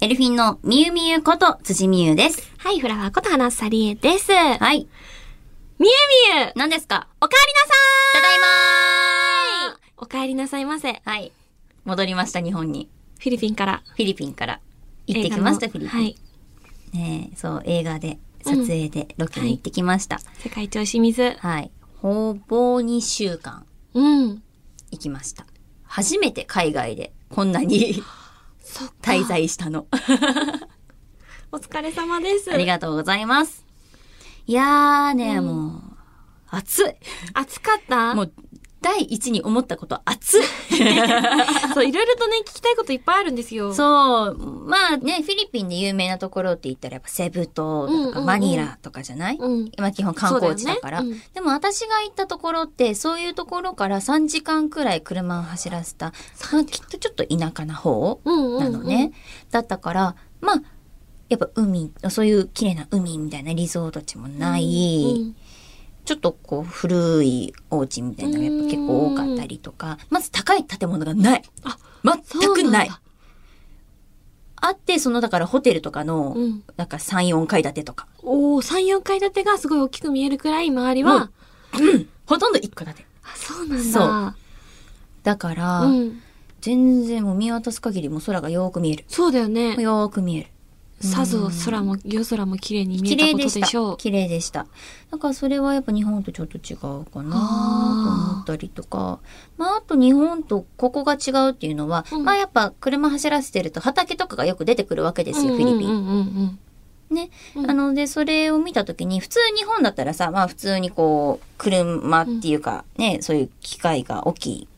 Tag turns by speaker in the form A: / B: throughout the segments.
A: エルフィンのみゆみゆこと辻みゆです。
B: はい、フラワーこと花さりえです。みゆ
A: はい。
B: みゆ
A: 何ですか
B: おかえりなさ
A: ただいま
B: ーいおかえりなさいませ。フ
A: ーはい。戻りました、日本に。
B: ィリピンから。
A: フィリピンから。行ってきました、
B: 映
A: フ
B: 画
A: ィ
B: の
A: リピン。
B: はい。
A: ねえそう、映画で、撮影で、ロケに行ってきました。
B: 世界一美味しい水。
A: はい、ほぼ2週間
B: うん。
A: 行きました。初めて海外で、こんな に
B: そっか
A: 滞。在したの。
B: お疲れ様です。
A: ありがとうございます。いやーね、
B: うん
A: もう、暑い。
B: 暑かった
A: もう、第一に思ったこと、 暑い。
B: そう、いろいろとね、聞きたいこといっぱいあるんですよ。
A: そう、まあね、フィリピンで有名なところって言ったら、やっぱセブ島
B: うん
A: と
B: うんう
A: か
B: ん
A: マニラとかじゃない、
B: うん。
A: 今基本観光地だから。
B: そうだよね
A: でも私が行ったところって、そういうところから3時間くらい車を走らせた、まあきっとちょっと田舎な方
B: うんうん、うん。
A: なのね。。だったから、まあ、やっぱ海、そういう綺麗な海みたいなリゾート地もない、
B: うん
A: ちょっとこう古いお家みたいなのがやっぱ結構多かったりとか、まず高い建物がない。
B: あ
A: 全くない
B: そうなんだ。
A: あって、そのだからホテルとかの、
B: うん。
A: なんか3、4階建てとか。
B: おお、3、4階建てがすごい大きく見えるくらい周り
A: も
B: は
A: う。ほとんど1個建て。
B: あ、そうなんだ
A: そ。だから、
B: うん。
A: 全然もう見渡す限りもう空がよーく見える。
B: そうだよね。
A: よーく見える。
B: さぞ空も夜空も綺麗に見
A: 綺
B: えた
A: 麗
B: こ
A: で
B: と
A: し
B: でしょ
A: た。
B: う。
A: 綺麗でした。だからそれはやっぱ日本とちょっと違うかなと思ったりとか。まああと日本とここが違うっていうのは、
B: うん
A: まあやっぱ車走らせてると畑とかがよく出てくるわけですよ、フィリピン。
B: うんうんうん
A: ね。
B: うん
A: あの、で、それを見たときに、普通日本だったらさ、まあ普通にこう、車っていうか、ね、そういう機械が大きい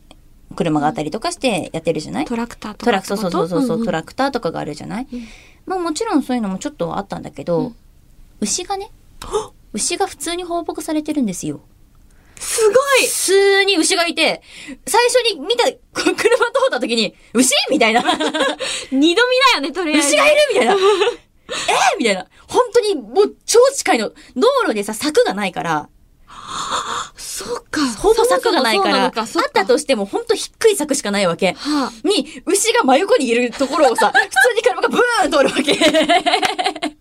A: 車があったりとかしてやってるじゃな
B: うん
A: い
B: トラクターとか
A: トラクター、そうそうそうそう、ト
B: ク
A: ラクターとかがあるじゃない、
B: うん
A: まあもちろんそういうのもちょっとはあったんだけど、
B: うん
A: 牛がね、牛が普通に放牧されてるんですよ。
B: すご
A: 普
B: い
A: 通に牛がいて、最初に見た、こう車通った時に、牛み たいな。
B: 二度見だよね、とりあえず。
A: 牛がいるみたいな。え ーみたいな。本当にもう超近いの。道路でさ、柵がないから、
B: そうか。
A: ほぼ柵がないから、あ
B: あ
A: った。としても本当低い柵しかないわけ。
B: はあ、
A: に、牛が真横にいるところをさ、普通に車がブーン通るわけ。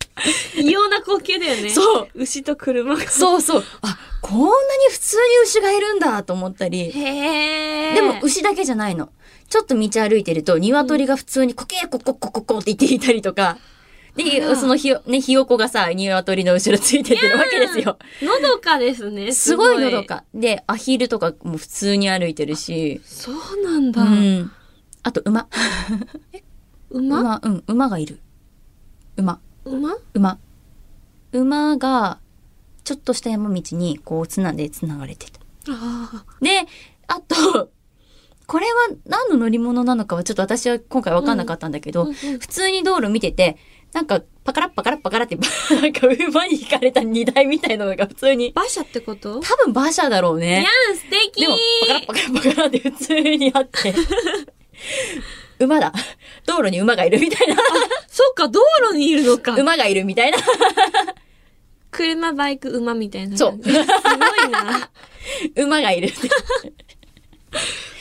B: 異様な光景だよね。
A: そう。
B: 牛と車が。
A: そうそう。 あ、こんなに普通に牛がいるんだと思ったり。
B: へえ。
A: でも、牛だけじゃないの。ちょっと道歩いてると、鶏が普通にコケコココココって言っていたりとか。
B: あ
A: で、
B: ら
A: そのひよ、ね、ひよこがさ、鶏の後ろついてってるわけですよ。
B: のどかですね。
A: すごいのど。か。で、アヒルとかも普通に歩いてるし。
B: そうなん
A: う
B: だ。
A: ん。あと、馬。
B: 馬
A: 馬、うん、馬がいる。馬、
B: 馬
A: 馬。馬が、ちょっとした山道に、こう、綱で繋がれてた。
B: ああ。
A: で、あと、 これは何の乗り物なのかはちょっと私は今回わかんなかったんだけど、
B: うんうんうん
A: 普通に道路見てて、なんか、パカラッパカラッパカラって、 なんか馬に引かれた荷台みたいなのが普通に、
B: 馬車ってこと
A: 多分馬車だろう
B: や
A: ね。
B: ん、素敵
A: でも、パカラッパカラッパカラって普通にあって、 馬だ。道路に馬がいるみたいな。
B: そうか、道路にいるのか。
A: 馬がいるみたいな。
B: 車、バイク、馬みたいな。
A: そう
B: すごい な。
A: 馬がいるって。まあ、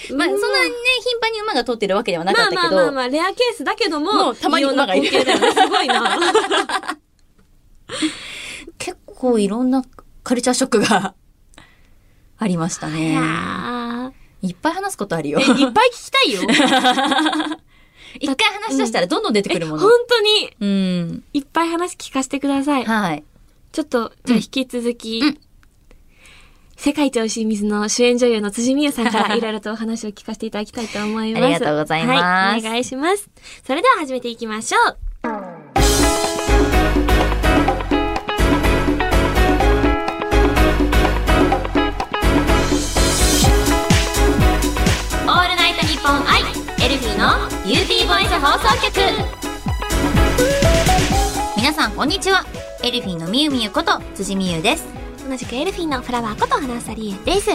A: そんなにね、頻繁に馬が通ってるわけではなかったけ
B: まあまあまあ
A: ど
B: ま、あ、レアケースだけども、
A: もうたまに馬がいる
B: いろんな光景だよねすご いな。
A: 結構いろんなカルチャーショックが ありました
B: い
A: ね。
B: や
A: いっぱい話すことある よ。
B: ーいっぱい聞きたいよ。
A: 一回話し出したらどんどん出てくるも
B: 本
A: の。
B: 当に、
A: うん。
B: いっぱい話聞かせてください。
A: はい。
B: ちょっと、じゃあ引き続き、
A: うん
B: 世界一美味しい水の主演女優の辻美優さんからいろいろとお話を聞かせていただきたいと思います。
A: ありがとうございます
B: はい、お願いします。それでは始めていきましょう。
A: オールナイトニッポン愛エルフィーのビューティーボイス放送局皆さんこんにちは。エルフィーのみゆみゆこと辻みゆです。
B: 同じくエルフィンのフラワーこと花さりえです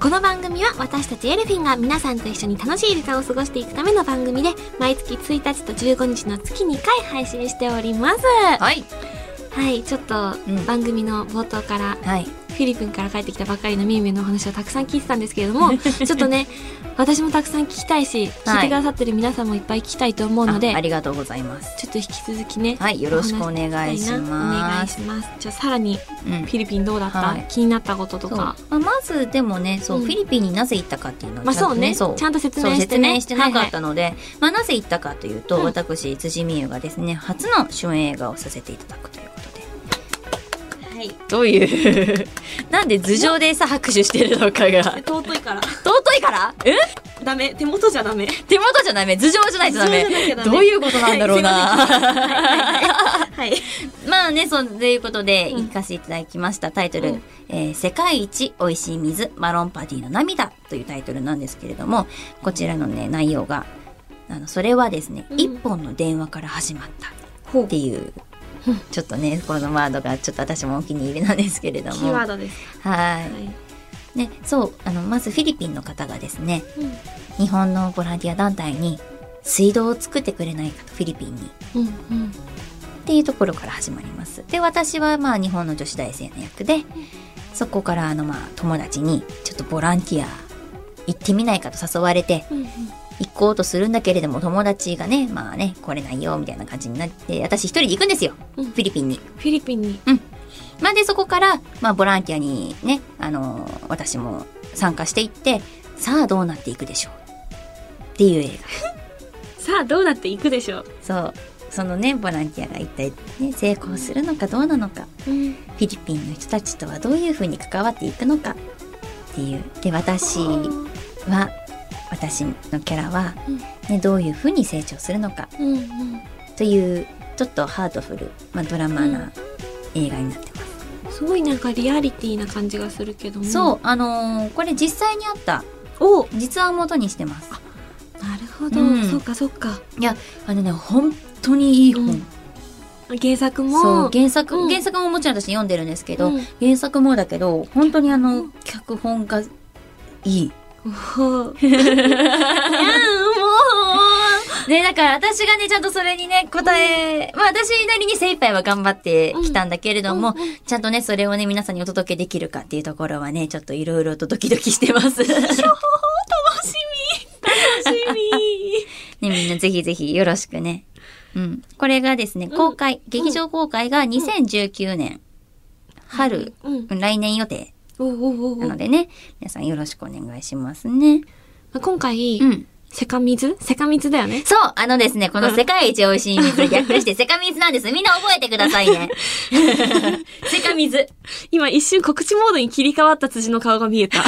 B: この番組は私たちエルフィンが皆さんと一緒に楽しい時間を過ごしていくための番組で毎月1日と15日の月2回配信しておりますは
A: はい。
B: いちょっと
A: うん
B: 番組の冒頭から
A: はい。
B: フィリピンから帰ってきたばっかりのみゆみゆのお話をたくさん聞いてたんですけれど もちょっとね私もたくさん聞きたいし聞いてくださってる皆さんもいっぱい聞きたいと思うので、
A: あありがとうございます。
B: ちょっと引き続きね
A: はいよろしくお願いします
B: お話ししたいなお願いしますじゃあさらに
A: う
B: フ
A: ん。
B: ィリピンどうだった、
A: はい
B: 気になったことと
A: そうま
B: か
A: あ、まずでもねそう、
B: うん
A: フィリピンになぜ行ったかっていうのは
B: まあ
A: ちゃん
B: そ
A: と
B: うね
A: そう
B: ちゃんと説
A: そう
B: 明して、
A: 説
B: ね、
A: 明してなかっ
B: はい
A: たので、まあ、なぜ行ったかというと、
B: うん
A: 私辻美優がですね初の主演映画をさせていただくということで。はい、どういう なんで頭上でさ拍手してるのか
B: は
A: が
B: い尊いから
A: 尊いからえ
B: ダメ手元じゃダメ
A: 手元じゃダメ頭上じゃないとダメ
B: 頭上じゃなきゃダメ
A: どういうことなんだろうな、
B: はい
A: まあね、そう、ということで、
B: うん
A: 行かせていただきました。タイトル、
B: うん
A: えー世界一美味しい水、マロンパティの涙というタイトルなんですけれども、こちらのね、内容が、あの、それはですね
B: う、ん
A: 一、本の電話から始まった。っていう
B: うん、
A: ちょっとね、このワードがちょっと私もお気に入りなんですけれど
B: キ
A: も。
B: ーワードです
A: は
B: はい
A: い。ね、そう、あの、まずフィリピンの方がですね、
B: うん
A: 日本のボランティア団体に、水道を作ってくれないかと、フィリピンに。
B: うんう
A: っ
B: ん
A: ていうところから始まります。で、私はまあ日本の女子大生の役で、そこからあのまあ友達にちょっとボランティア行ってみないかと誘われて
B: うんうん
A: 行こうとするんだけれども友達がね、まあね、来れないよみたいな感じになって、私一人で行くんですよ。
B: うん
A: フィリピンに。
B: フィリピンに
A: まあでそこからまあボランティアにね、あのー私も参加していって、さあどうなっていくでしょうっていう映画。
B: さあどうなっていくでしょう、
A: そう。そのね、ボランティアが一体ね、成功するのかどうなのか。
B: うん、
A: フィリピンの人たちとはどういうふうに関わっていくのかっていうで私は私のキャラは
B: うん、
A: ね、どういうふうに成長するのか
B: うんうん
A: というちょっとハートフル、まあ、ドラマな映画になってます。
B: すごいなんかリアリティな感じがするけども
A: そうあのーこれ実際にあった
B: お
A: 実話を元にしてます。
B: なるほど、
A: うん
B: そうかそうか
A: いやあのね本当にいい本、
B: うん原作も
A: そう原作、
B: うん
A: 原作ももちろん私読んでるんですけど、
B: うん
A: 原作もだけど本当にあ
B: う
A: の
B: ん
A: 脚本がいい。
B: ほういやも
A: ね、だから私がね、ちゃんとそれにね、答え、まあ私なりに精一杯は頑張ってきたんだけれども、
B: うんうんうん
A: ちゃんとね、それをね、皆さんにお届けできるかっていうところはね、ちょっといろいろとドキドキしてます。
B: 楽しみ楽し
A: ね、みんなぜひぜひよろしくね。うん。これがですね、公開、劇場公開が2019年、春、
B: みうん
A: 来年予定
B: おうおうおう
A: な
B: お
A: の
B: う
A: でね、皆さんよろしくお願いしますね。
B: 今回、
A: うん。
B: セカミズセカミズだよね
A: そう、あのですね、この世界一美味しい水、略してセカミズなんです。みんな覚えてくださいね。セカミズ。
B: 今一瞬告知モードに切り替わった辻の顔が見えた。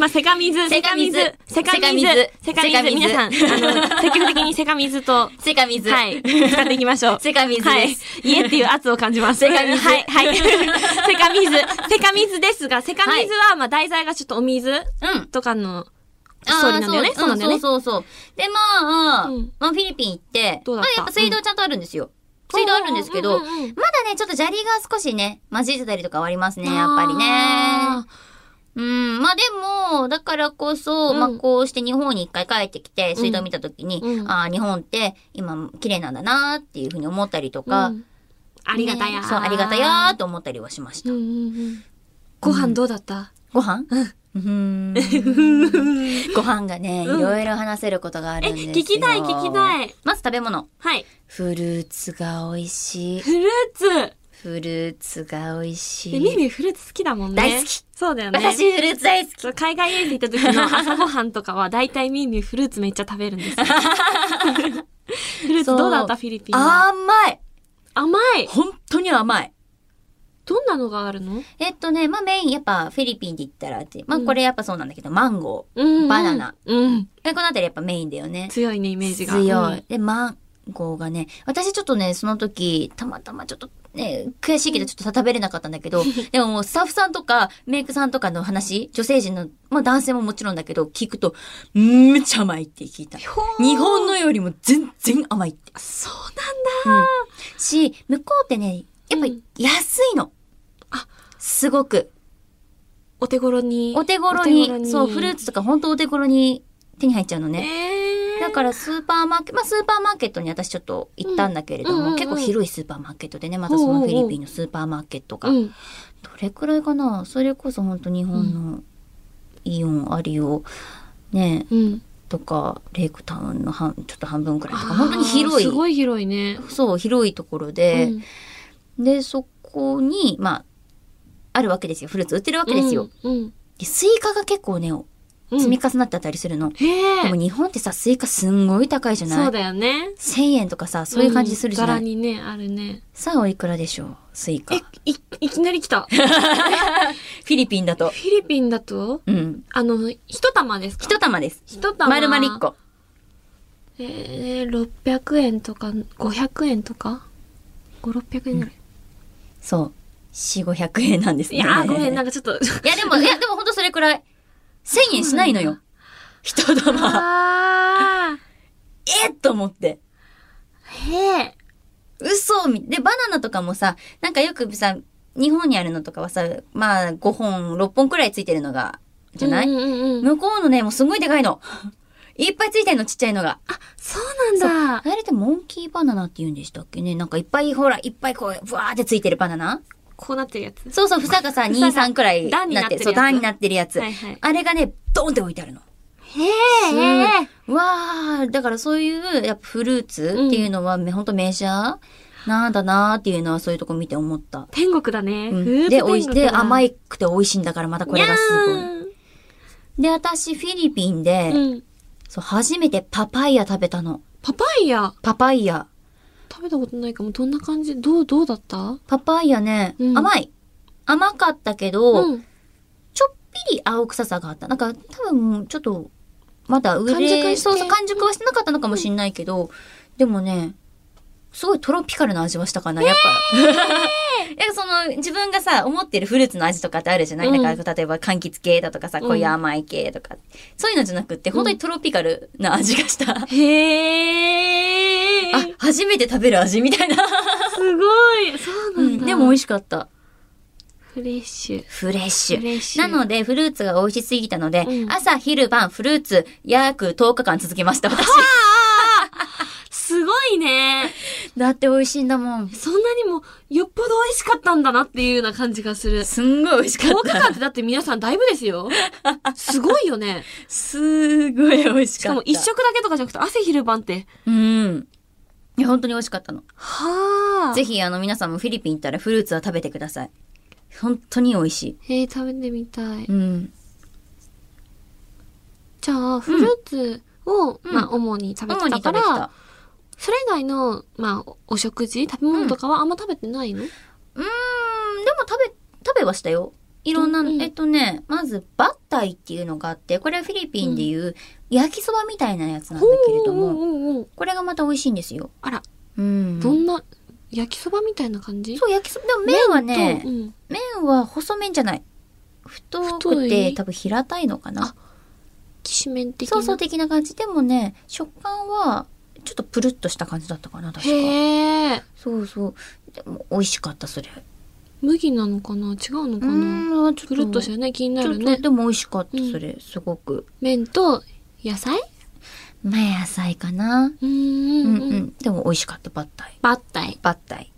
B: まあ、セカミズ、
A: セカミズ
B: セカミズ、セ
A: セ
B: カ
A: カ
B: ミ
A: ミズ
B: ズ、皆さん、あの、積極的にセカミズと、
A: セカミズ。
B: はい、使っていきましょう。
A: セカミズです
B: はい。家っていう圧を感じます。
A: セカミズ
B: はい、はい。セカミズ、セカミズですが、セカミズは、まあ、題材がちょっとお水
A: うん。
B: とかの
A: あー
B: ストーリーなんだよね。
A: そう
B: なんだよね。
A: そうそうそう。で、まあ、
B: うん
A: まあ、フィリピン行って、
B: どうだった
A: まあ、やっぱ水道ちゃんとあるんですよ。水道あるんですけど、
B: うんうんうん
A: まだね、ちょっと砂利が少しね、混じってたりとかはありますね、やっぱりね。。うん、まあでも、だからこそ、
B: うん
A: まあこうして日本に一回帰ってきて、水道見たときに、
B: うん
A: ああ、日本って今綺麗なんだなっていうふうに思ったりとか、
B: うんありがたや
A: ねそう、ありがたやーと思ったりはしました。
B: うんうんうんご飯どうだった
A: ご飯うーん。 ご飯がね、い
B: うん
A: ろいろ話せることがあるんですよ。
B: え聞きたい聞きたい。
A: まず食べ物。
B: はい。
A: フルーツが美味しい。
B: フルーツ
A: フルーツが美味し
B: え、ミ
A: い。
B: ミフルーツ好きだもんね。
A: 大好き。
B: そうだよね。
A: 私フルーツ大好き。
B: そう海外遠征行った時の朝ごはんとかは、だいたいミミフルーツめっちゃ食べるんで すよ。フルーツどうだっ
A: そ
B: た
A: う
B: フィリピンは。
A: 甘い
B: 甘い
A: 本当に甘い
B: どんなのがあるの
A: えっとね、まあメインやっぱフィリピンで言ったらって、まあ
B: うん
A: これやっぱそうなんだけど、マンゴ
B: うん
A: バナナ。
B: うん。
A: ー。え、このあたりやっぱメインだよね。
B: 強いね、イメージが。
A: 強い
B: うん。。
A: で、マンゴーがね、私ちょっとね、その時、たまたまちょっと、ね、悔しいけどちょっと食べれなかったんだ けど、でももうスタッフさんとかメイクさんとかの話、女性陣の、まあ男性ももちろんだけど、聞くと、めっちゃ甘いって聞いた。日本のよりも全然甘いって。
B: そう
A: し、向こうってね、やっぱり安いの。
B: あ
A: すごく。
B: お手頃に。
A: お手頃に、
B: お手頃に
A: そう、フルーツとか本当お手頃に手に入っちゃうのね。
B: えー
A: だからスーパーマーケット、まあスーパーマーケットに私ちょっと行ったんだけれども、
B: うんうんうんうん
A: 結構広いスーパーマーケットでね、またそのフィリピンのスーパーマーケットが。
B: うん。
A: どれくらいかなそれこそ本当日本のイオン、アリオ、ね、
B: うん。
A: とか、レイクタウンの半、ちょっと半分くらいと
B: あ
A: か、
B: ー
A: 本当に広い
B: すごい広いね。
A: そう、広いところで、
B: うん
A: で、そこに、まあ、あるわけですよ。フルーツ売ってるわけですよ。。
B: うん。
A: でスイカが結構ね、
B: うん
A: 積み重なってたりするの。
B: へ
A: でも
B: え。
A: 日本ってさ、スイカすんごい高いじゃな
B: そう
A: い
B: だよね。
A: ?1000 円とかさ、そういう感じするじゃな
B: うん
A: い、
B: 柄にね、あるね。
A: さあ、おいくらでしょうスイカ。
B: え
A: フ、
B: い、いきなり来た。フ
A: ィリピンだと。
B: ィリピンだと
A: うん。
B: あの、一玉ですか
A: 一玉です。
B: 一玉。
A: 丸々一。個。
B: えー、600円とか、500円とか ?5、600円ぐらい。
A: そう。四五百円なんです
B: い
A: ね。
B: やー、ごめん、な
A: い
B: んかちょっと。
A: や、でも、いや、でも本当それくらい。千円しないのよ。一玉。
B: あ
A: えっと思って。
B: ー。へえ。
A: 嘘みで、バナナとかもさ、なんかよくさ、日本にあるのとかはさ、まあ、5本、6本くらいついてるのが、じゃない、
B: うんうんうん。
A: 向こうのね、もうすごいでかいの。いっぱいついてるの、ちっちゃいのが。
B: そうなんだ。
A: あれってモンキーバナナって言うんでしたっけねなんかいっぱい、ほら、いっぱいこう、ぶわーってついてるバナナ
B: こうなってるやつ。
A: そうそう、房がさ、2、3くらい
B: 段になってるやつ
A: そう、段になってるやつ。
B: はいはい
A: あれがね、ドーンって置いてあるの。
B: へえ。
A: わあ、だからそういう、やっぱフルーツっていうのは、ほんとメジャーなんだなーっていうのはそういうとこ見て思った。
B: 天国だね。
A: うん
B: フルーツ
A: で、
B: 天
A: おい
B: 国
A: し、
B: だ
A: で、甘いくて美味しいんだからまたこれがすごい。で、私、フィリピンで、
B: うん。
A: そう、初めてパパイヤ食べたの。
B: パパイヤ
A: パパイヤ。
B: 食べたことないかも。どんな感じどう、どうだった
A: パパイヤね、
B: うん
A: 甘い。甘かったけど、
B: ん。
A: ちょっぴり青臭さがあった。なんか、多分、ちょっと、まだ売れ、
B: 完熟して
A: そうそう、完熟はしてなかったのかもしんないけど、でもね、すごいトロピカルな味はしたか な、やっぱ。いや、その、自分がさ、思ってるフルーツの味とかってあるじゃない、
B: うん
A: だから、例えば、柑橘系だとかさ、こういう甘い系とか。そういうのじゃなくって、本当にトロピカルな味がした。あ、
B: へえ。
A: 初めて食べる味みたいな。
B: すごい。そ
A: う
B: うなん
A: ん、
B: だ。
A: でも美味
B: しい。
A: しかった。
B: フレッシュ。
A: フレッシュ。
B: フレッシ
A: な
B: ュ。
A: ので、フルーツが美味しすぎたので、
B: うん
A: 朝、昼、晩、フルーツ、約10日間続けました、私。
B: すごいね。
A: だって美味しいんだもん。
B: そんなにも、よっぽど美味しかったんだなっていうような感じがする。
A: すんごい美味しか
B: 10
A: っ
B: 日
A: た。
B: 間ってだって皆さんだいぶですよ。すごいよね。
A: すごい美味し
B: し
A: かった。
B: かも一食だけとかじゃなくて、朝昼晩って。
A: うん。いや、本当に美味しかったの。
B: はあ。
A: ぜひ、あの、皆さんもフィリピン行ったらフルーツは食べてください。本当に美味しい。
B: へえ、食べてみたい。
A: うん。
B: じゃあ、フルーツを、
A: うん
B: まあ、主に食べ
A: 主
B: て
A: に
B: た
A: 食
B: か
A: べて
B: ら、
A: た。
B: それ以外の、まあ、お食事食べ物とかはあんま食べてないの、
A: うーん、でも食べ、食べはしたよ。いろんな、
B: うんうん
A: えっとね、まず、バッタイっていうのがあって、これはフィリピンでいう、焼きそばみたいなやつなんだけれども、
B: おうおうおう
A: これがまた美味しいんですよ。
B: あら、
A: うん
B: どんな、焼きそばみたいな感じ
A: そう、焼きそば、でも麺はね、
B: とうん、
A: 麺は細麺じゃない。太く
B: 太
A: て
B: い
A: 多分平たいのかな
B: あ。きしめん的な。
A: そうそう的な感じ。でもね、食感はちょっとプルッとした感じだったかな、確か。
B: へえ。
A: そうそう。でも美味しかった、それ。
B: 麦なのかな違うのかな
A: うーん、ちょっ
B: くるっとしたよね。気にな
A: ちょ
B: る
A: っ
B: ね
A: と。でも美味しかった
B: うん、
A: それ、すごく。
B: 麺と野菜
A: まあ野菜かな。
B: うーん
A: う
B: う
A: ん
B: んう。
A: うんん。でも美味しかった、バッタイ。
B: バッタイ。
A: バッタイ。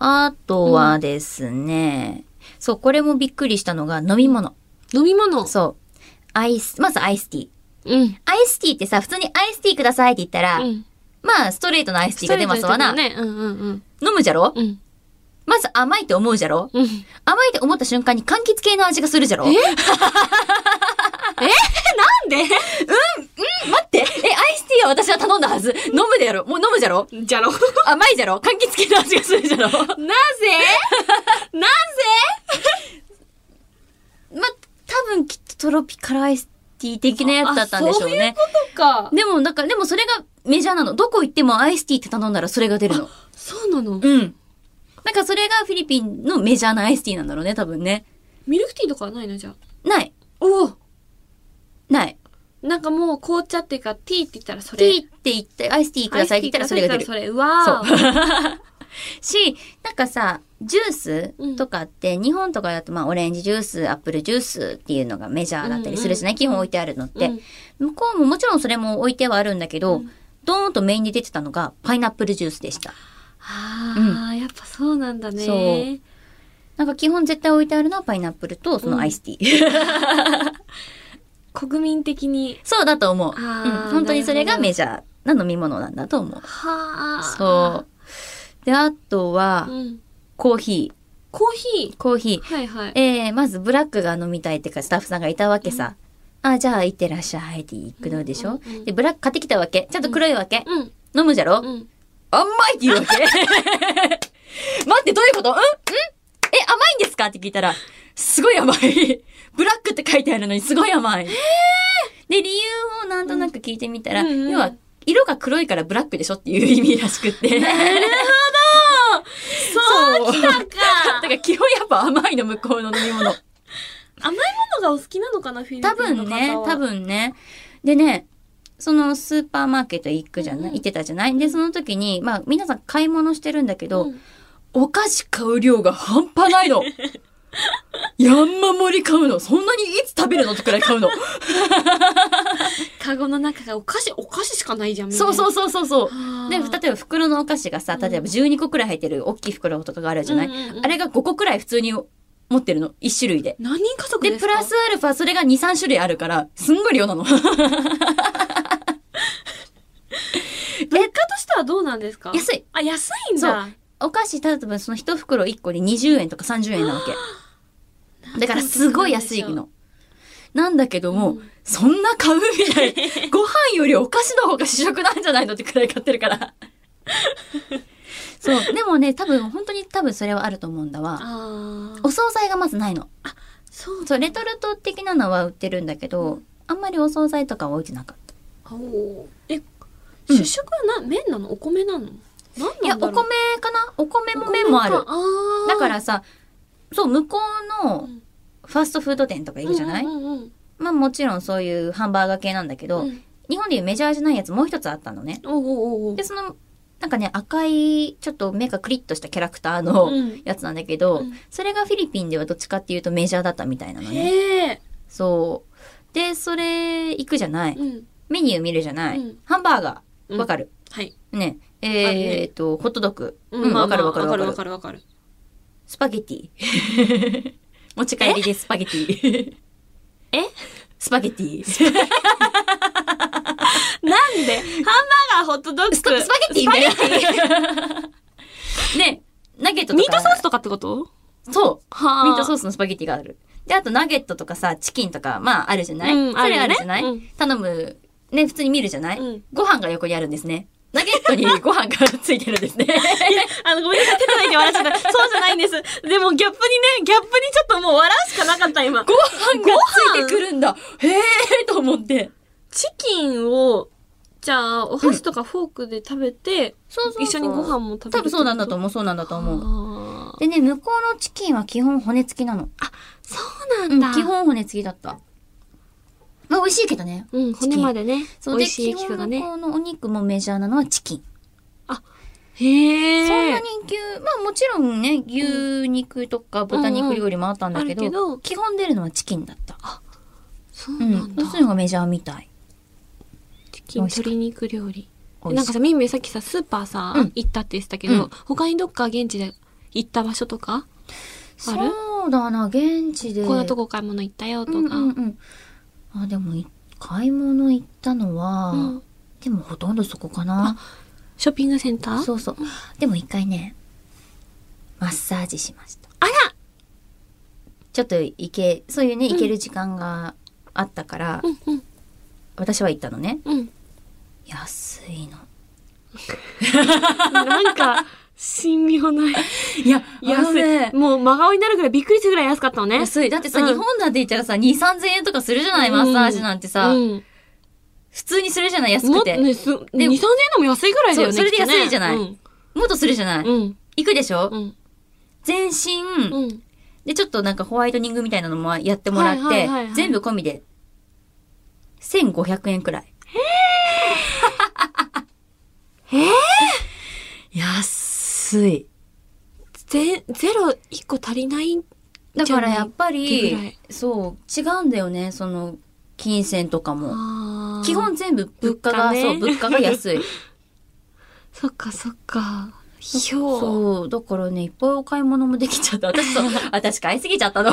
A: あとはですね、そう、これもびっくりしたのが飲み物。
B: 飲み物。
A: そう。アイス、まずアイスティー。
B: うん。
A: アイスティーってさ、普通にアイスティーくださいって言ったら、
B: うん。
A: まあ、ストレートのアイスティーが出ますわな。
B: ストレートだね。うんうんうん。
A: 飲むじゃろ
B: うん。
A: まず甘いって思うじゃろ
B: うん。
A: 甘いって思った瞬間に柑橘系の味がするじゃろ
B: え
A: え
B: なん
A: 待ってえ、アイスティーは私は頼んだはず飲むでやろもう飲むじゃろ
B: でじゃ ろ。
A: 甘いじゃろ柑橘系の味がするじゃろま、
B: なぜな
A: 多分きっとトロピカルアイスティー的なやつだったんでしょうね。
B: ぜか。
A: でも、なんか、でもそれがメジャーなの。どこ行ってもアイスティーって頼んだらそれが出るの。
B: そうなの
A: うん。なんかそれがフィリピンのメジャーなアイスティーなんだろうね、多分ね。
B: ミルクティーとかはないのじゃあ。
A: ない。
B: おお
A: ない。
B: なんかもう紅茶っていうか、ティーって言ったらそれ。
A: ティーって言って、アイスティーくださいって言ったらそれが出る。
B: アイスティーくださいって言ったらそれ。うわー。
A: し、なんかさ、ジュースとかって、日本とかだと、まあ、オレンジジュース、アップルジュースっていうのがメジャーだったりするじゃない、基本置いてあるのって、向こうももちろんそれも置いてはあるんだけど、ドーンとメインに出てたのが、パイナップルジュースでした。
B: ああ、やっぱそうなんだね。
A: そうなんか基本絶対置いてあるのはパイナップルとそのアイスティー。
B: 国民的に。
A: そうだと思う、う
B: あー
A: ん。本当にそれがメジャーな飲み物なんだと思う。
B: はあ。
A: そう。で、あとは、
B: うん。
A: コーヒ
B: コーヒ
A: ー。コーヒー
B: ー。。はいはい。
A: えー、まずブラックが飲みたいってかスタッフさんがいたわけさ。あ、じゃあ行ってらっしゃいって行くのでしょ、
B: うんうんうん
A: で、ブラック買ってきたわけ。ちゃんと黒いわけ。
B: うん。
A: 飲むじゃろ、
B: うん。
A: 甘いって言うわけ。 待って、どういうことうんうんえ、甘いんですかって聞いたら、すごい甘い。ブラックって書いてあるのにすごい甘い。で、理由をなんとなく聞いてみたら、
B: うんうんうん
A: 要は、色が黒いからブラックでしょっていう意味らしく って。なるほどそう
B: なんか、
A: だから基本やっぱ甘いの向こうの飲み 物。
B: 甘いものがお好きなのかな、フィリピ
A: 多
B: ンの
A: 分
B: 方
A: ね、
B: は。
A: 多。分ね。でね、そのスーパーマーケット行くじゃない、
B: うんうん
A: 行ってたじゃないで、その時に、まあ皆さん買い物してるんだけど、
B: うん
A: お菓子買う量が半端ない の。やんま盛り買うの。そんなにいつ食べるのってくらい買うの。
B: カゴの中がお菓子、お菓子しかないじゃん。。
A: そうそううそうそうそう。で、
B: で、
A: 例えば袋のお菓子がさ、例えば12個くらい入ってる大きい袋とかがあるじゃない、
B: うんうんうん
A: あれが5個くらい普通に持ってるの。1種類で。
B: 何人家族
A: で、
B: です
A: プ
B: か
A: ラスアルファそれが2、3種類あるから、すんごい量なの。
B: 物価としてはどうなんですか
A: 安い。
B: あ、安いんだ。
A: お菓子、例えばその一袋一個で20円とか30円なわけ。だからすごい安いの。なんだけども、
B: うん
A: そんな買うみたい。ご飯よりお菓子の方が主食なんじゃないのってくらい買ってるから。そう。でもね、多分、本当に多分それはあると思うんだわ。
B: ああ。
A: お惣菜がまずないの。
B: そうだ。
A: そう、レトルト的なのは売ってるんだけど、あんまりお惣菜とかは置いてなかった。
B: おーえ、
A: うん
B: 主食はな、麺なのお米なの何
A: い
B: な
A: や、
B: ん
A: お
B: だ
A: 米
B: ろう
A: かなお米も麺もある。
B: あー
A: だからさ、そう、向こうの
B: ん
A: ファストフード店とかいるじゃない、
B: うんうんうん
A: まあもちろんそういうハンバーガー系なんだけど、
B: うん
A: 日本でいうメジャーじゃないやつもう一つあったのね。
B: おうおうおうおう
A: で、その、なんかね、赤い、ちょっと目がクリッとしたキャラクターの
B: うん
A: やつなんだけど、
B: うん
A: それがフィリピンではどっちかっていうとメジャーだったみたいなのね。
B: へえ。
A: そう。で、それ、行くじゃない、
B: うん。
A: メニュー見るじゃない、
B: うん
A: ハンバーガ
B: う
A: ー。
B: ん
A: わかる、
B: はい。
A: ね。え
B: あるね
A: ー、っと、ホットドッグ。
B: うん
A: うん、
B: まあ
A: わかる
B: まあ
A: わかるわかる
B: わ。かるわかる。
A: スパゲティ。 持ち帰りでスパゲティ。
B: え
A: スパゲティ。スパ
B: なんでハンバーガー、ホットドッグ。
A: スパゲティね。ね、ナゲットとか。
B: ミートソースとかってこと
A: スそう。
B: は
A: ミートソ
B: ー
A: ースのスパゲティがある。で、あとナゲットとかさ、チキンとか、まあ、あるじゃない、
B: うん
A: それ
B: あ
A: あ
B: るよね
A: るじゃない、
B: うん
A: 頼む。ね、普通に見るじゃない、
B: うん
A: ご飯が横にあるんですね。ナゲットにご飯が ついてるんですね。
B: あの、ごめんなさい、手叩いて笑っちゃった。そうじゃないんです。でも、ギャップにね、ギャップにちょっともう笑うしかなかった、今。
A: ご飯がついてくるんだ。へえーと思って。
B: チキンを、じゃあ、お箸とかフォークで食べて、
A: そうそうそう
B: 一緒にご飯も食べる。
A: 多分そうなんだと思う、そうなんだと思う。
B: 思う。
A: でね、向こうのチキンは基本骨付きなの。
B: そう
A: う
B: なん
A: ん
B: だ。、
A: 基。本骨付きだった。まあ、美味しいけどね。
B: うん、骨までね、美
A: そうで、
B: 味し
A: 基
B: い肉が
A: 本
B: ね
A: 向。こうのお肉もメジャーなのはチキン。
B: へえ。
A: そんなに牛、まあもちろんね、牛肉とか豚肉料理もあったんだけど、
B: うんうんあるけ
A: 基
B: ど
A: 本出るのはチキンだった。
B: そう
A: う
B: なん
A: ん。
B: だ
A: どう。するのがメジャーみたい。
B: チキン、鶏肉料理。
A: 美味
B: なん
A: しい
B: かさ、みんべさっきさ、スーパーさ、
A: うん
B: 行ったって言ってたけど、
A: うん
B: 他にどっか現地で行った場所とか、ある
A: そうだな、現地で。
B: こんなとこ買い物行ったよと
A: う
B: か。
A: んうんうん。あ、でもい、買い物行ったのは、
B: うん
A: でもほとんどそこかな。
B: ショッピングセンター
A: そうそう。でも一回ね、マッサージしました。
B: あら
A: ちょっと行け、そういうね、行ける時間があったから、
B: うんうん
A: 私は行ったのね。
B: うん。
A: 安いの。
B: な んか、神妙ない。
A: いや、
B: 安い。もう真顔になるぐらいびっくりするぐらい安かったのね。
A: 安い。だってさ、
B: うん
A: 日本なんて言ったらさ、2、3000円とかするじゃない、
B: うん
A: マッサージなんてさ。
B: うん。
A: 普通にするじゃない、安く。
B: もってとね、す、2、3000円でも安いぐらいだよね。
A: そうそれで
B: きっとね
A: 安いじゃない
B: うん。
A: もっとするじゃない。
B: うん。
A: 行くでしょ、
B: うん。
A: 全身、
B: うん。
A: で、ちょっとなんかホワイトニングみたいなのもやってもらって、
B: はいはいはいはい
A: 全部込みで、1500円くらい。 へえ安安い。
B: ゼゼロ一個足りない
A: だからやっぱ
B: じゃないっ
A: り
B: て、
A: そう、違うんだよね、その、金銭とかも。
B: あー
A: 基本全部物価が、
B: 物価ね
A: そう、物価が安い。
B: そっかそっかひょう
A: そう、だからね、いっぱいお買い物もできちゃった。 私そう、私買いすぎちゃ ったの。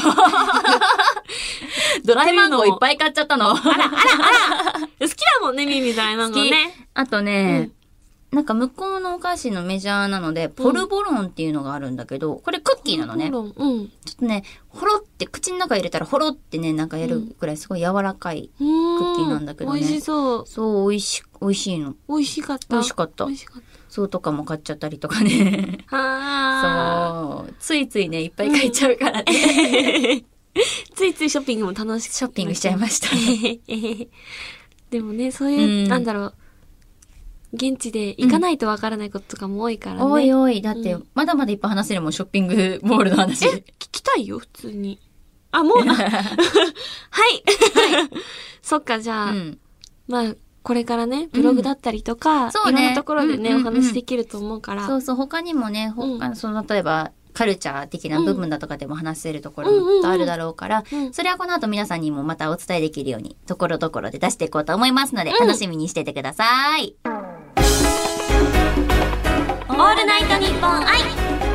A: ドラえもんをいっぱい買っちゃったの。
B: あらあらあら好きだもんねミミダイマンゴーね
A: あとね、なんか向こうのお菓子のメジャーなので、ポルボロンっていうのがあるんだけど、これクッキーなのね。ちょ
B: うん
A: っとね、ほろって口の中入れたらほろってね、なんかやるくらいすごい柔らかい。
B: クッ
A: キーなんだけどね
B: 美味しそう
A: そう、美味し、美味しいの。
B: 美味しかった
A: 美味しかった
B: 美。味しかっ
A: そうとかも買っちゃったりとかね。
B: たあ
A: そう。ついついね、いっぱい買っちゃうから ね。
B: ーついついショッピングも楽しく
A: ショッピングしちゃいました。
B: でもねそういう、
A: うん
B: なんだろう現地で行かないとわからないこととかも多いからね、
A: おい
B: 聞
A: おい、だって、
B: う
A: まだまだいっぱい話せるもん、ショッピングモールの話。
B: きたいよ普通にあもう あはい、 そっかじ
A: う
B: ゃあ、
A: ん。
B: まあこれからねブログだったりとか、
A: そう
B: いろ
A: ね
B: んなところでね、
A: うんうんうん
B: お話できると思うから
A: そうそう、他にもね、
B: うん
A: 他、その、例えば、カルチャー的な部分だとかでも話せるところ
B: うんうんうん
A: もきっとあるだろうから、
B: うん
A: それはこの後皆さんにもまたお伝えできるように、ところどころで出していこうと思いますので、
B: うん
A: 楽しみにしててください。
B: オールナイトニッポンアイ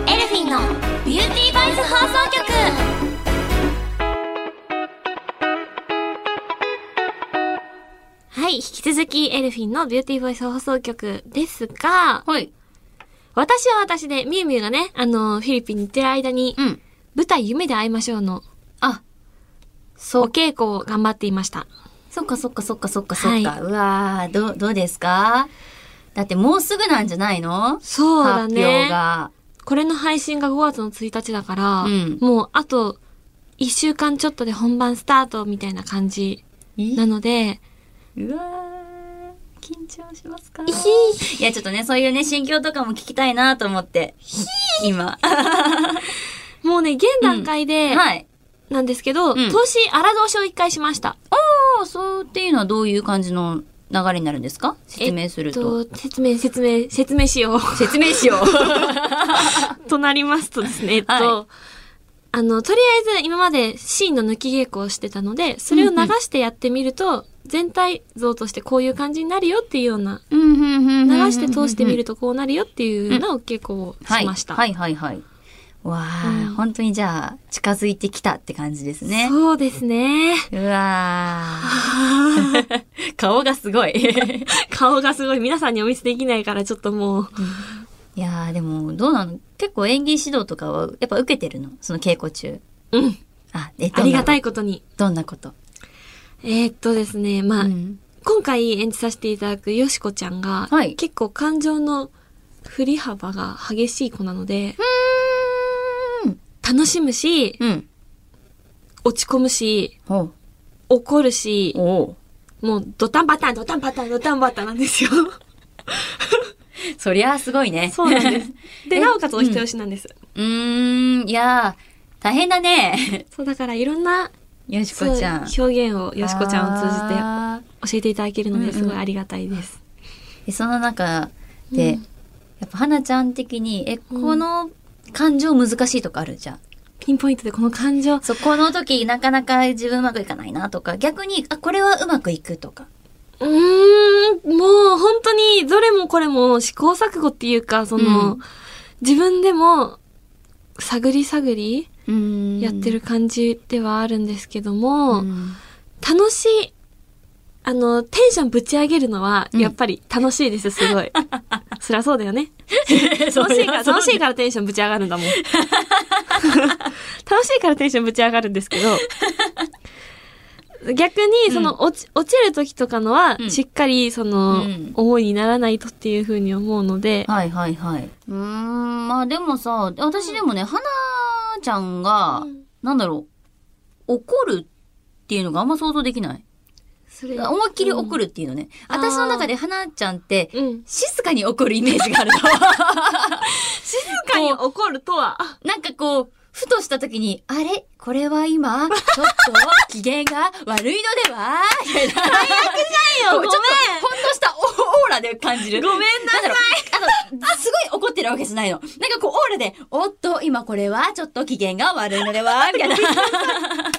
B: エルフィンのビューティーバイス放送局はい、引き続きエルフィンのビューティーボイス放送局ですが、
A: はい。
B: 私は私で、みゆみゆがね、あの、フィリピンに行ってる間に、
A: うん。
B: 舞台夢で会いましょうの、
A: あ、
B: そう。お稽古を頑張っていました。
A: そっかそっかそっかそっかそっか。
B: はいう
A: わー、どう、どうですかだってもうすぐなんじゃないの
B: そ
A: 発表が。
B: これの配信が5月の1日だから、
A: うん
B: もうあと1週間ちょっとで本番スタートみたいな感じなので、
A: うわー、緊張しますかいや、ちょっとね、そういうね、心境とかも聞きたいなと思って。今。
B: もうね、現段階で、
A: はい。
B: なんですけど、
A: ん
B: 投資荒通しを一回しました。
A: 放送っていうのはどういう感じの流れになるんですか説明すると。
B: えっと、説明、説明、説明しよう。
A: 説明しよ
B: となりますとですね、えっと、
A: は
B: あの、とりあえず今までシーンの抜き稽古をしてたので、それを流してやってみると、全体像としてこういう感じになるよって いうような、
A: う。流
B: 流して通してみる
A: と
B: とこうなるよっていうようなお稽古をしました。
A: はい、はい、はいはい。わー、
B: うん
A: 本当にじゃあ、近づいてきたって感じですね。
B: そうですね。
A: うわー。顔がすごい。 い
B: 顔がすごい皆さんにお見せできないからちょっともう、
A: やー、でも、どうなの結構演技指導とかは、やっぱ受けてるのその稽古中。
B: うん、
A: あ、え、
B: ありがた
A: い。
B: いことに。
A: どんなこと
B: えーっとですね、まあ、
A: うん
B: 今回演じさせていただくよしこちゃんが、
A: はい
B: 結構感情の振り幅が激しい子なので、楽しむし、
A: うん。
B: 落ち込むし、
A: ほう。
B: 怒るし、
A: おう
B: もうドタンパタン、ドタンパタン、ドタンパタンな んですよ。
A: そりゃあすごいね。
B: そうなんです。で、
A: え
B: なおかつお人よしなんです。
A: うーん、いやー、大変だね。
B: そう、だからいろんな、
A: よし
B: そう
A: こ
B: 表
A: ちゃん。
B: 現をよしこちゃんを通じて
A: あ
B: 教えていただけるの
A: うんう
B: で
A: ん
B: すごいありがたいです。
A: ー。でその中で、
B: うん
A: やっぱ、花ちゃん的に、え、
B: うん
A: この感情難しいとかあるじゃん。
B: ピンポイントでこの感情。
A: そう、この時なかなか自分うまくいかないなとか、逆に、あ、これはうまくいくとか。
B: うーん、もう本当にどれもこれも試行錯誤っていうか、その、
A: うん
B: 自分でも探り探り
A: うん
B: やってる。感じではあるんですけども、
A: うん
B: 楽しい、あの、テンションぶち上げるのは、
A: うん
B: やっぱり楽しいです、す ごい。そりゃそうだよね。 楽しいから、楽しいからテンションぶち上がるん だもん。楽しいからテンションぶち上がるんですけ ど、逆に、その、落ち、落ちる時とかのは、
A: うん
B: しっかり、そ
A: う
B: の、
A: ん
B: 思いにならないとっていうふうに思うので、
A: はいはいはい。うーん、まあでもさ、私でもね、花ちゃんが、
B: うん
A: なんだろう、怒るっていうのがあんま想像できない。
B: それ
A: 思いっきり怒るっていうのね。
B: うん
A: 私の中で花ちゃんって、
B: うん。
A: 静かに怒るイメージがあるの。
B: 静かに怒るとは、
A: なんかこう、ふとした時に、あれこれは今、ちょっと、 機嫌が悪いので はみたいな。最悪じゃん
B: よ
A: ちょっと、ほんとしたオオーラで感じる。
B: ごめん
A: なさいあの、すごい怒ってるわけじゃないの。なんかこう、オーラで、おっと、今これは、ちょっと機嫌が悪いのでは、みたいな。でも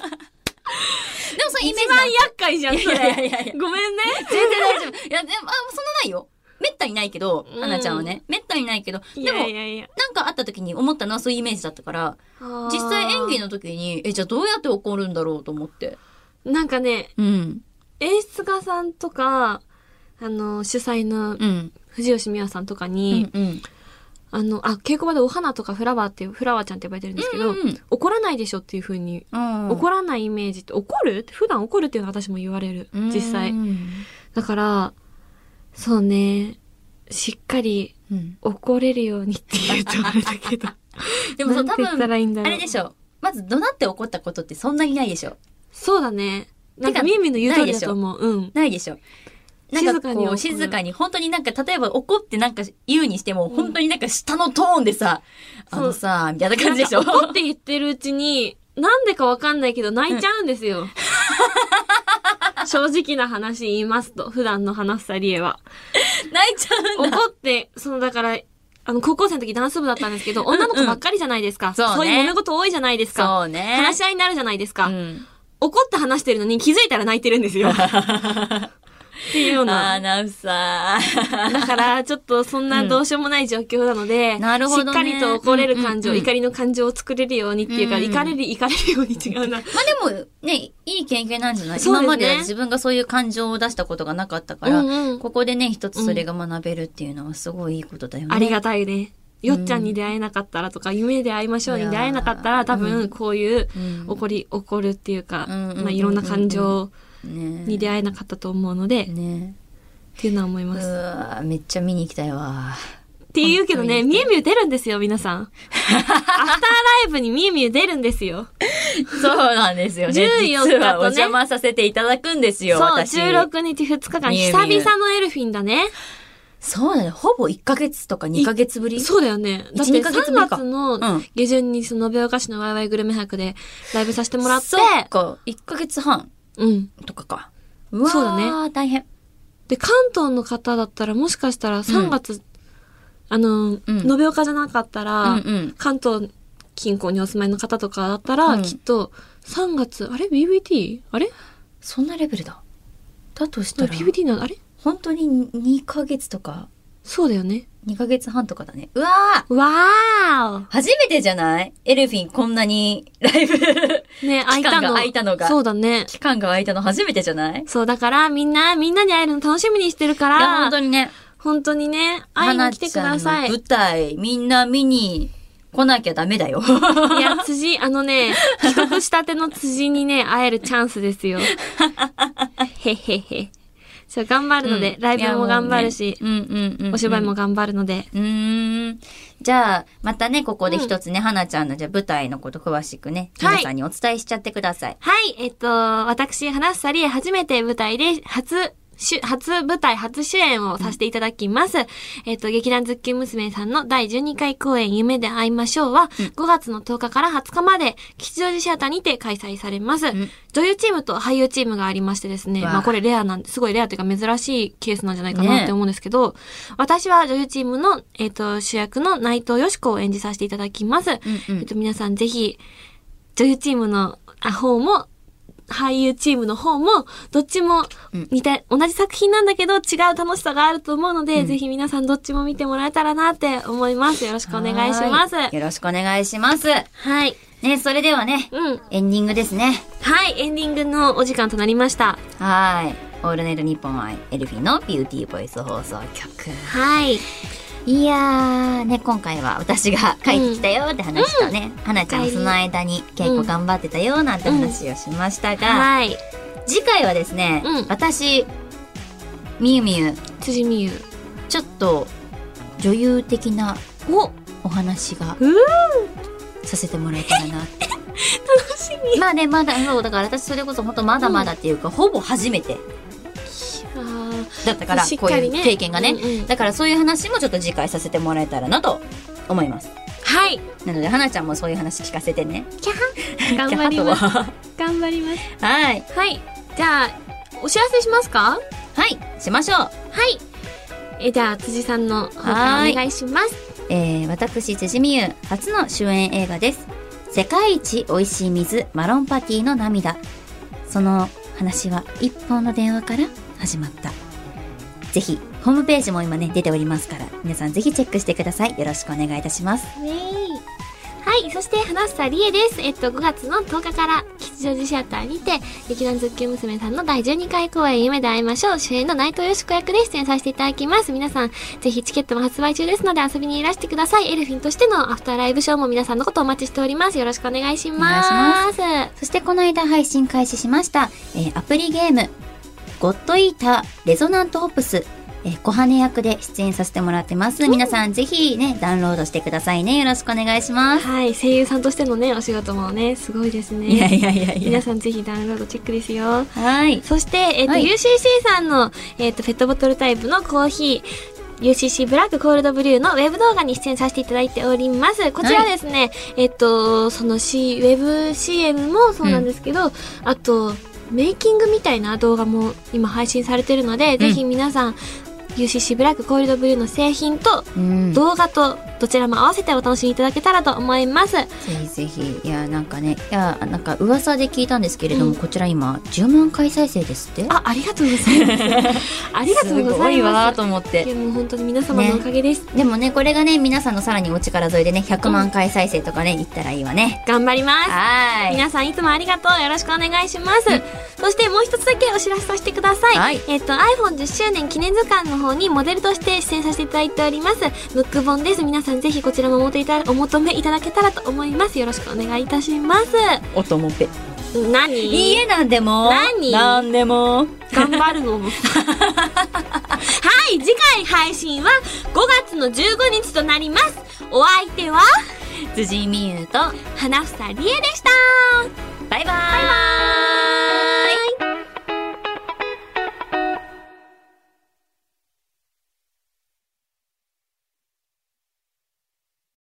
A: そういうイメージな
B: 一番
A: の
B: 厄介じゃん、それ。
A: いやいやいやいや
B: ごめんね。
A: 全然大丈夫。いや、でも、あ、そんなないよ。めったにないけど
B: う、ん
A: アナちゃんはね。めったにないけど、で
B: いや
A: も
B: い、やいや。
A: なんかあった時に思ったのはそういうイメージだったから、実際演技の時に、え、じゃあどうやって怒るんだろうと思って。
B: の。なんかね、
A: うん。
B: 演出家さんとか、あの、主催の
A: うん。
B: 藤吉美和さんとか
A: う
B: に
A: ん、。うん。
B: あの、あ、稽古場でお花とかフラワーっていう、フラワーちゃんって呼ばれてるんですけど、
A: うんうんうん
B: 怒らないでしょっていう風に、
A: うん
B: 怒らないイメージって、怒るって普段怒るっていうのは私も言われる、実際。
A: う
B: だから、そうね、しっかり
A: ん。
B: 怒れるようにって言うとあれだけど。
A: でもそう、
B: な
A: 多
B: んて言った
A: 分、
B: らいいんだ
A: あ
B: ろう
A: れでしょ。まず怒鳴って怒ったことってそんなにないでしょ。
B: そうだね。なんか、
A: てか
B: みーみーの言う通りだと思う。うん。
A: ないでしょ。なんかこう、
B: 静かに怒る
A: 静かに、本当になんか、例えば怒ってなんか言うにしても、本当になんか下のトーンでさ、
B: そ
A: あ
B: う
A: のさ、みたいな感じでしょ。
B: なんか怒って言ってるうちに、なんでかわかんないけど泣いちゃうんですよ。 正直な話言いますと、普段の話したりえは。
A: 泣いちゃうんだ。
B: 怒って、そのだから、あの、高校生の時ダンス部だったんですけど、女の子ばっかりじゃないですか。
A: そうね
B: いう揉め事多いじゃないですか。
A: そうね。
B: 話し合いになるじゃないですか、
A: うん。
B: 怒って話してるのに気づいたら泣いてるんで すよ。っていうよう
A: ア
B: な。
A: ナウサー。
B: だから、ちょっとそんなどうしようもない状況なので、
A: んなるほどね
B: しっかりと怒れる感情、
A: うんうんうん
B: 怒りの感情を作れるようにっていうか、
A: うん
B: 怒れる、怒れるように違う
A: ま
B: な。
A: あでも、ね、いい経験なんじゃない、
B: そうですね
A: 今までは自分がそういう感情を出したことがなかったから、
B: うんうん
A: ここでね、一つそれが学べるっていうのはすごいいいことだよね。
B: ありがたいね。よっちゃんに出会えなかったらとか、夢で会いましょうに出会えなかった
A: いやー
B: ら、多分こういう
A: うん
B: 怒り、怒るっていうか、
A: うんうんうんうん
B: まあいろんな感情に
A: ね
B: 出会えなかったと思うので、っ
A: ね
B: ていうのは思いうます。っ
A: わーめっちゃ見に行きたいわ。
B: ていうけどね、
A: 本当に
B: みゆみゆ出るんですよ、皆さん。アフターライブにみゆみゆ出るんですよ。
A: そうなんです よね。
B: 14
A: 実は
B: だとね
A: お邪魔させていただくんですよ、
B: そう、
A: 私。
B: 16日2日間、
A: みゆ
B: 久
A: みゆ
B: 々のエルフィンだね。
A: そうだね。ほぼ1ヶ月とか2ヶ月ぶり
B: そうだよね。だって
A: 1 2ヶ月ぶ
B: 3
A: りか
B: 月の
A: うん
B: 下旬にその延岡市のワイワイグルメ博でライブさせてもらって、
A: そっか。1ヶ月半
B: うん。
A: とかか。うわー
B: そうだ
A: 大変。
B: で、関東の方だったらもしかしたら3月、あの、
A: うん
B: 延岡じゃなかった
A: う
B: ら、
A: んうん。
B: 関東近郊にお住まいの方とかだったら、
A: うん
B: きっと3月、あれ ?BBT? あれ
A: そんなレベルだ。だとしたら、
B: ?BBT の、あれ
A: 本当に2ヶ月とか、
B: そうだよね。
A: 2ヶ月半とかだね。うわー
B: わー
A: 初めてじゃないエルフィンこんなにライブ
B: おね、開い
A: 期間
B: たの。
A: が空いたのが
B: そうだね。
A: 期間が空いたの初めてじゃないい
B: そう、だからみんな、みんなに会えるの楽しみにしてるか
A: や、本
B: ら、
A: 当にね。
B: 本当にね、会いに来てくださ
A: 花ちゃんの
B: い。
A: 舞台、みんな見に来なきゃダメだよ。
B: いや、辻、あ のね、帰国したての辻にね、会えるチャンスで すよ。へへへ。そう、頑張るので、ライブも頑張るし、
A: いやもうねうんうんうん。
B: お芝居も。頑張るので。
A: うーん。じゃあ、またね、ここで一つね、花ちゃんの、じゃあ舞台のこと詳しくね、
B: はい
A: 皆さんにお伝えしちゃってください。
B: はい、えっと、私、花すさりえ初めて舞台で、初、主初舞台、初主演をさせていただきます。えっと、劇団ズッキュン娘さんの第12回公演、夢で会いましょうは、5月の10日から20日まで、吉祥寺シアターにて開催されます。
A: ん
B: 女優チームと俳優チームがありましてですね、
A: わあ
B: まあこれレアなんで、すごいレアというか珍しいケースなんじゃないかなって思うんですけど、私は女優チームの、えっと、主役の内藤よし子を演じさせていただきます。
A: うんうん
B: えっと、皆さんぜひ、女優チームのあ方も、俳優チームの方も、どっちも
A: うん
B: 似た、同じ作品なんだけど違う楽しさがあると思うので、ぜひ皆さんどっちも見てもらえたらなって思います。よろしくお願いします。
A: はーいよろしくお願いします。
B: はい。
A: ね、それではね、
B: うん。
A: エンディングですね。
B: はい、エンディングのお時間となりました。
A: はーい。オールナイトニッポンアイエルフィンのビューティーボイス放送局。
B: はい。
A: いやー、ね、今回は私が帰ってきたよって話とね、花ちゃんその間に結構頑張ってたよなんて話をしましたが、
B: はい。
A: 次回はですね、
B: うん
A: 私、みゆみゆ、
B: 辻美優。
A: ちょっと女優的な
B: お
A: お話が
B: うー
A: させてもらえたらなって。
B: 楽しみ。
A: まあね、まだ、そう、だから私それこそ本当まだまだっていうか、ほぼ初めて
B: あ
A: だったから、
B: しっ
A: こう
B: か
A: い
B: りね
A: う経験がね、
B: うんうん
A: だからそういう話もちょっと次回させてもらえたらなと思います。
B: ー はい。
A: なので、花ちゃんもそういう話聞かせてね。
B: キャハ頑張ります。
A: あとは
B: 頑張ります。
A: はい。
B: はい。じゃあ、お知らせしますか
A: はい、しましょう。
B: はい。え、じゃあ、辻さんの方からお
A: はーい
B: 願いします。
A: えー、私、辻美優、初の主演映画です。世界一美味しい水、マロンパティの涙。その話は一本の電話から始まった。ぜひ、ホームページも今ね、出ておりますから、皆さんぜひチェックしてください。よろしくお願いいたします。
B: イエーイはい、そして、花房理恵です。えっと、5月の10日から、吉祥寺シアターにて、劇団ズッキュン娘さんの第12回公演、夢で会いましょう、主演の内藤よし子役で出演させていただきます。皆さん、ぜひチケットも発売中ですので、遊びにいらしてください。エルフィンとしてのアフターライブショーも皆さんのことをお待ちしております。よろしくお願いします。
A: お願そしてこの間配信開始しました、えーアプリゲーム、ゴッドイーター、レゾナントホプス、えー、小羽役で出演させてもらってます。皆さんぜひね、ダウンロードしてくださいね。よろしくお願いします。
B: はい、声優さんとしてのね、お仕事もね、すごいですね。
A: いやいやいやいや
B: 皆。さんぜひダウンロードチェックですよ。
A: はい。
B: そして、えっと
A: はい
B: UCC さんの、えっとペットボトルタイプのコーヒー。UCC ブラックコールドブリューのウェブ動画に出演させていただいております。こちらですね、えっと、その C、ウェブ CM もそうなんですけど、あと、メイキングみたいな動画も今配信されてるので、ぜひ皆さん、UCC ブラックコールドブリューの製品と
A: うん。ぜ
B: 動画とどちらも合わせてお楽しみいただけたらと思います。
A: ひぜひ。いや、なんかね、いや、なんか噂で聞いたんですけれども、こちら今、10万回再生ですって。
B: あ、ありがとうございます。 ありがとうございます。
A: すごいわーと思っ
B: いや
A: て。
B: もう本当に皆様のおかげです。
A: でもね、これがね、皆さんのさらにお力添えでね、100万回再生とかね、いったらいいわね。
B: 頑張ります。
A: はーい。
B: 皆さんいつもありがとう。よろしくお願いします。そしてもう一つだけお知らせさせてください。
A: はい
B: えっと、iPhone10 周年記念図鑑の方にモデルとして出演させていただいております。ブック本です。皆さんぜひこちらもお求めいたお求めいただけたらと思います。よろしくお願いいたします。
A: おともぺ。
B: 何
A: いいえ、なんでも。
B: 何
A: なんでも。
B: 頑張るのはい、次回配信は5月の15日となります。お相手は、
A: 辻井美優と、
B: 花房理恵でした。
A: バイバイ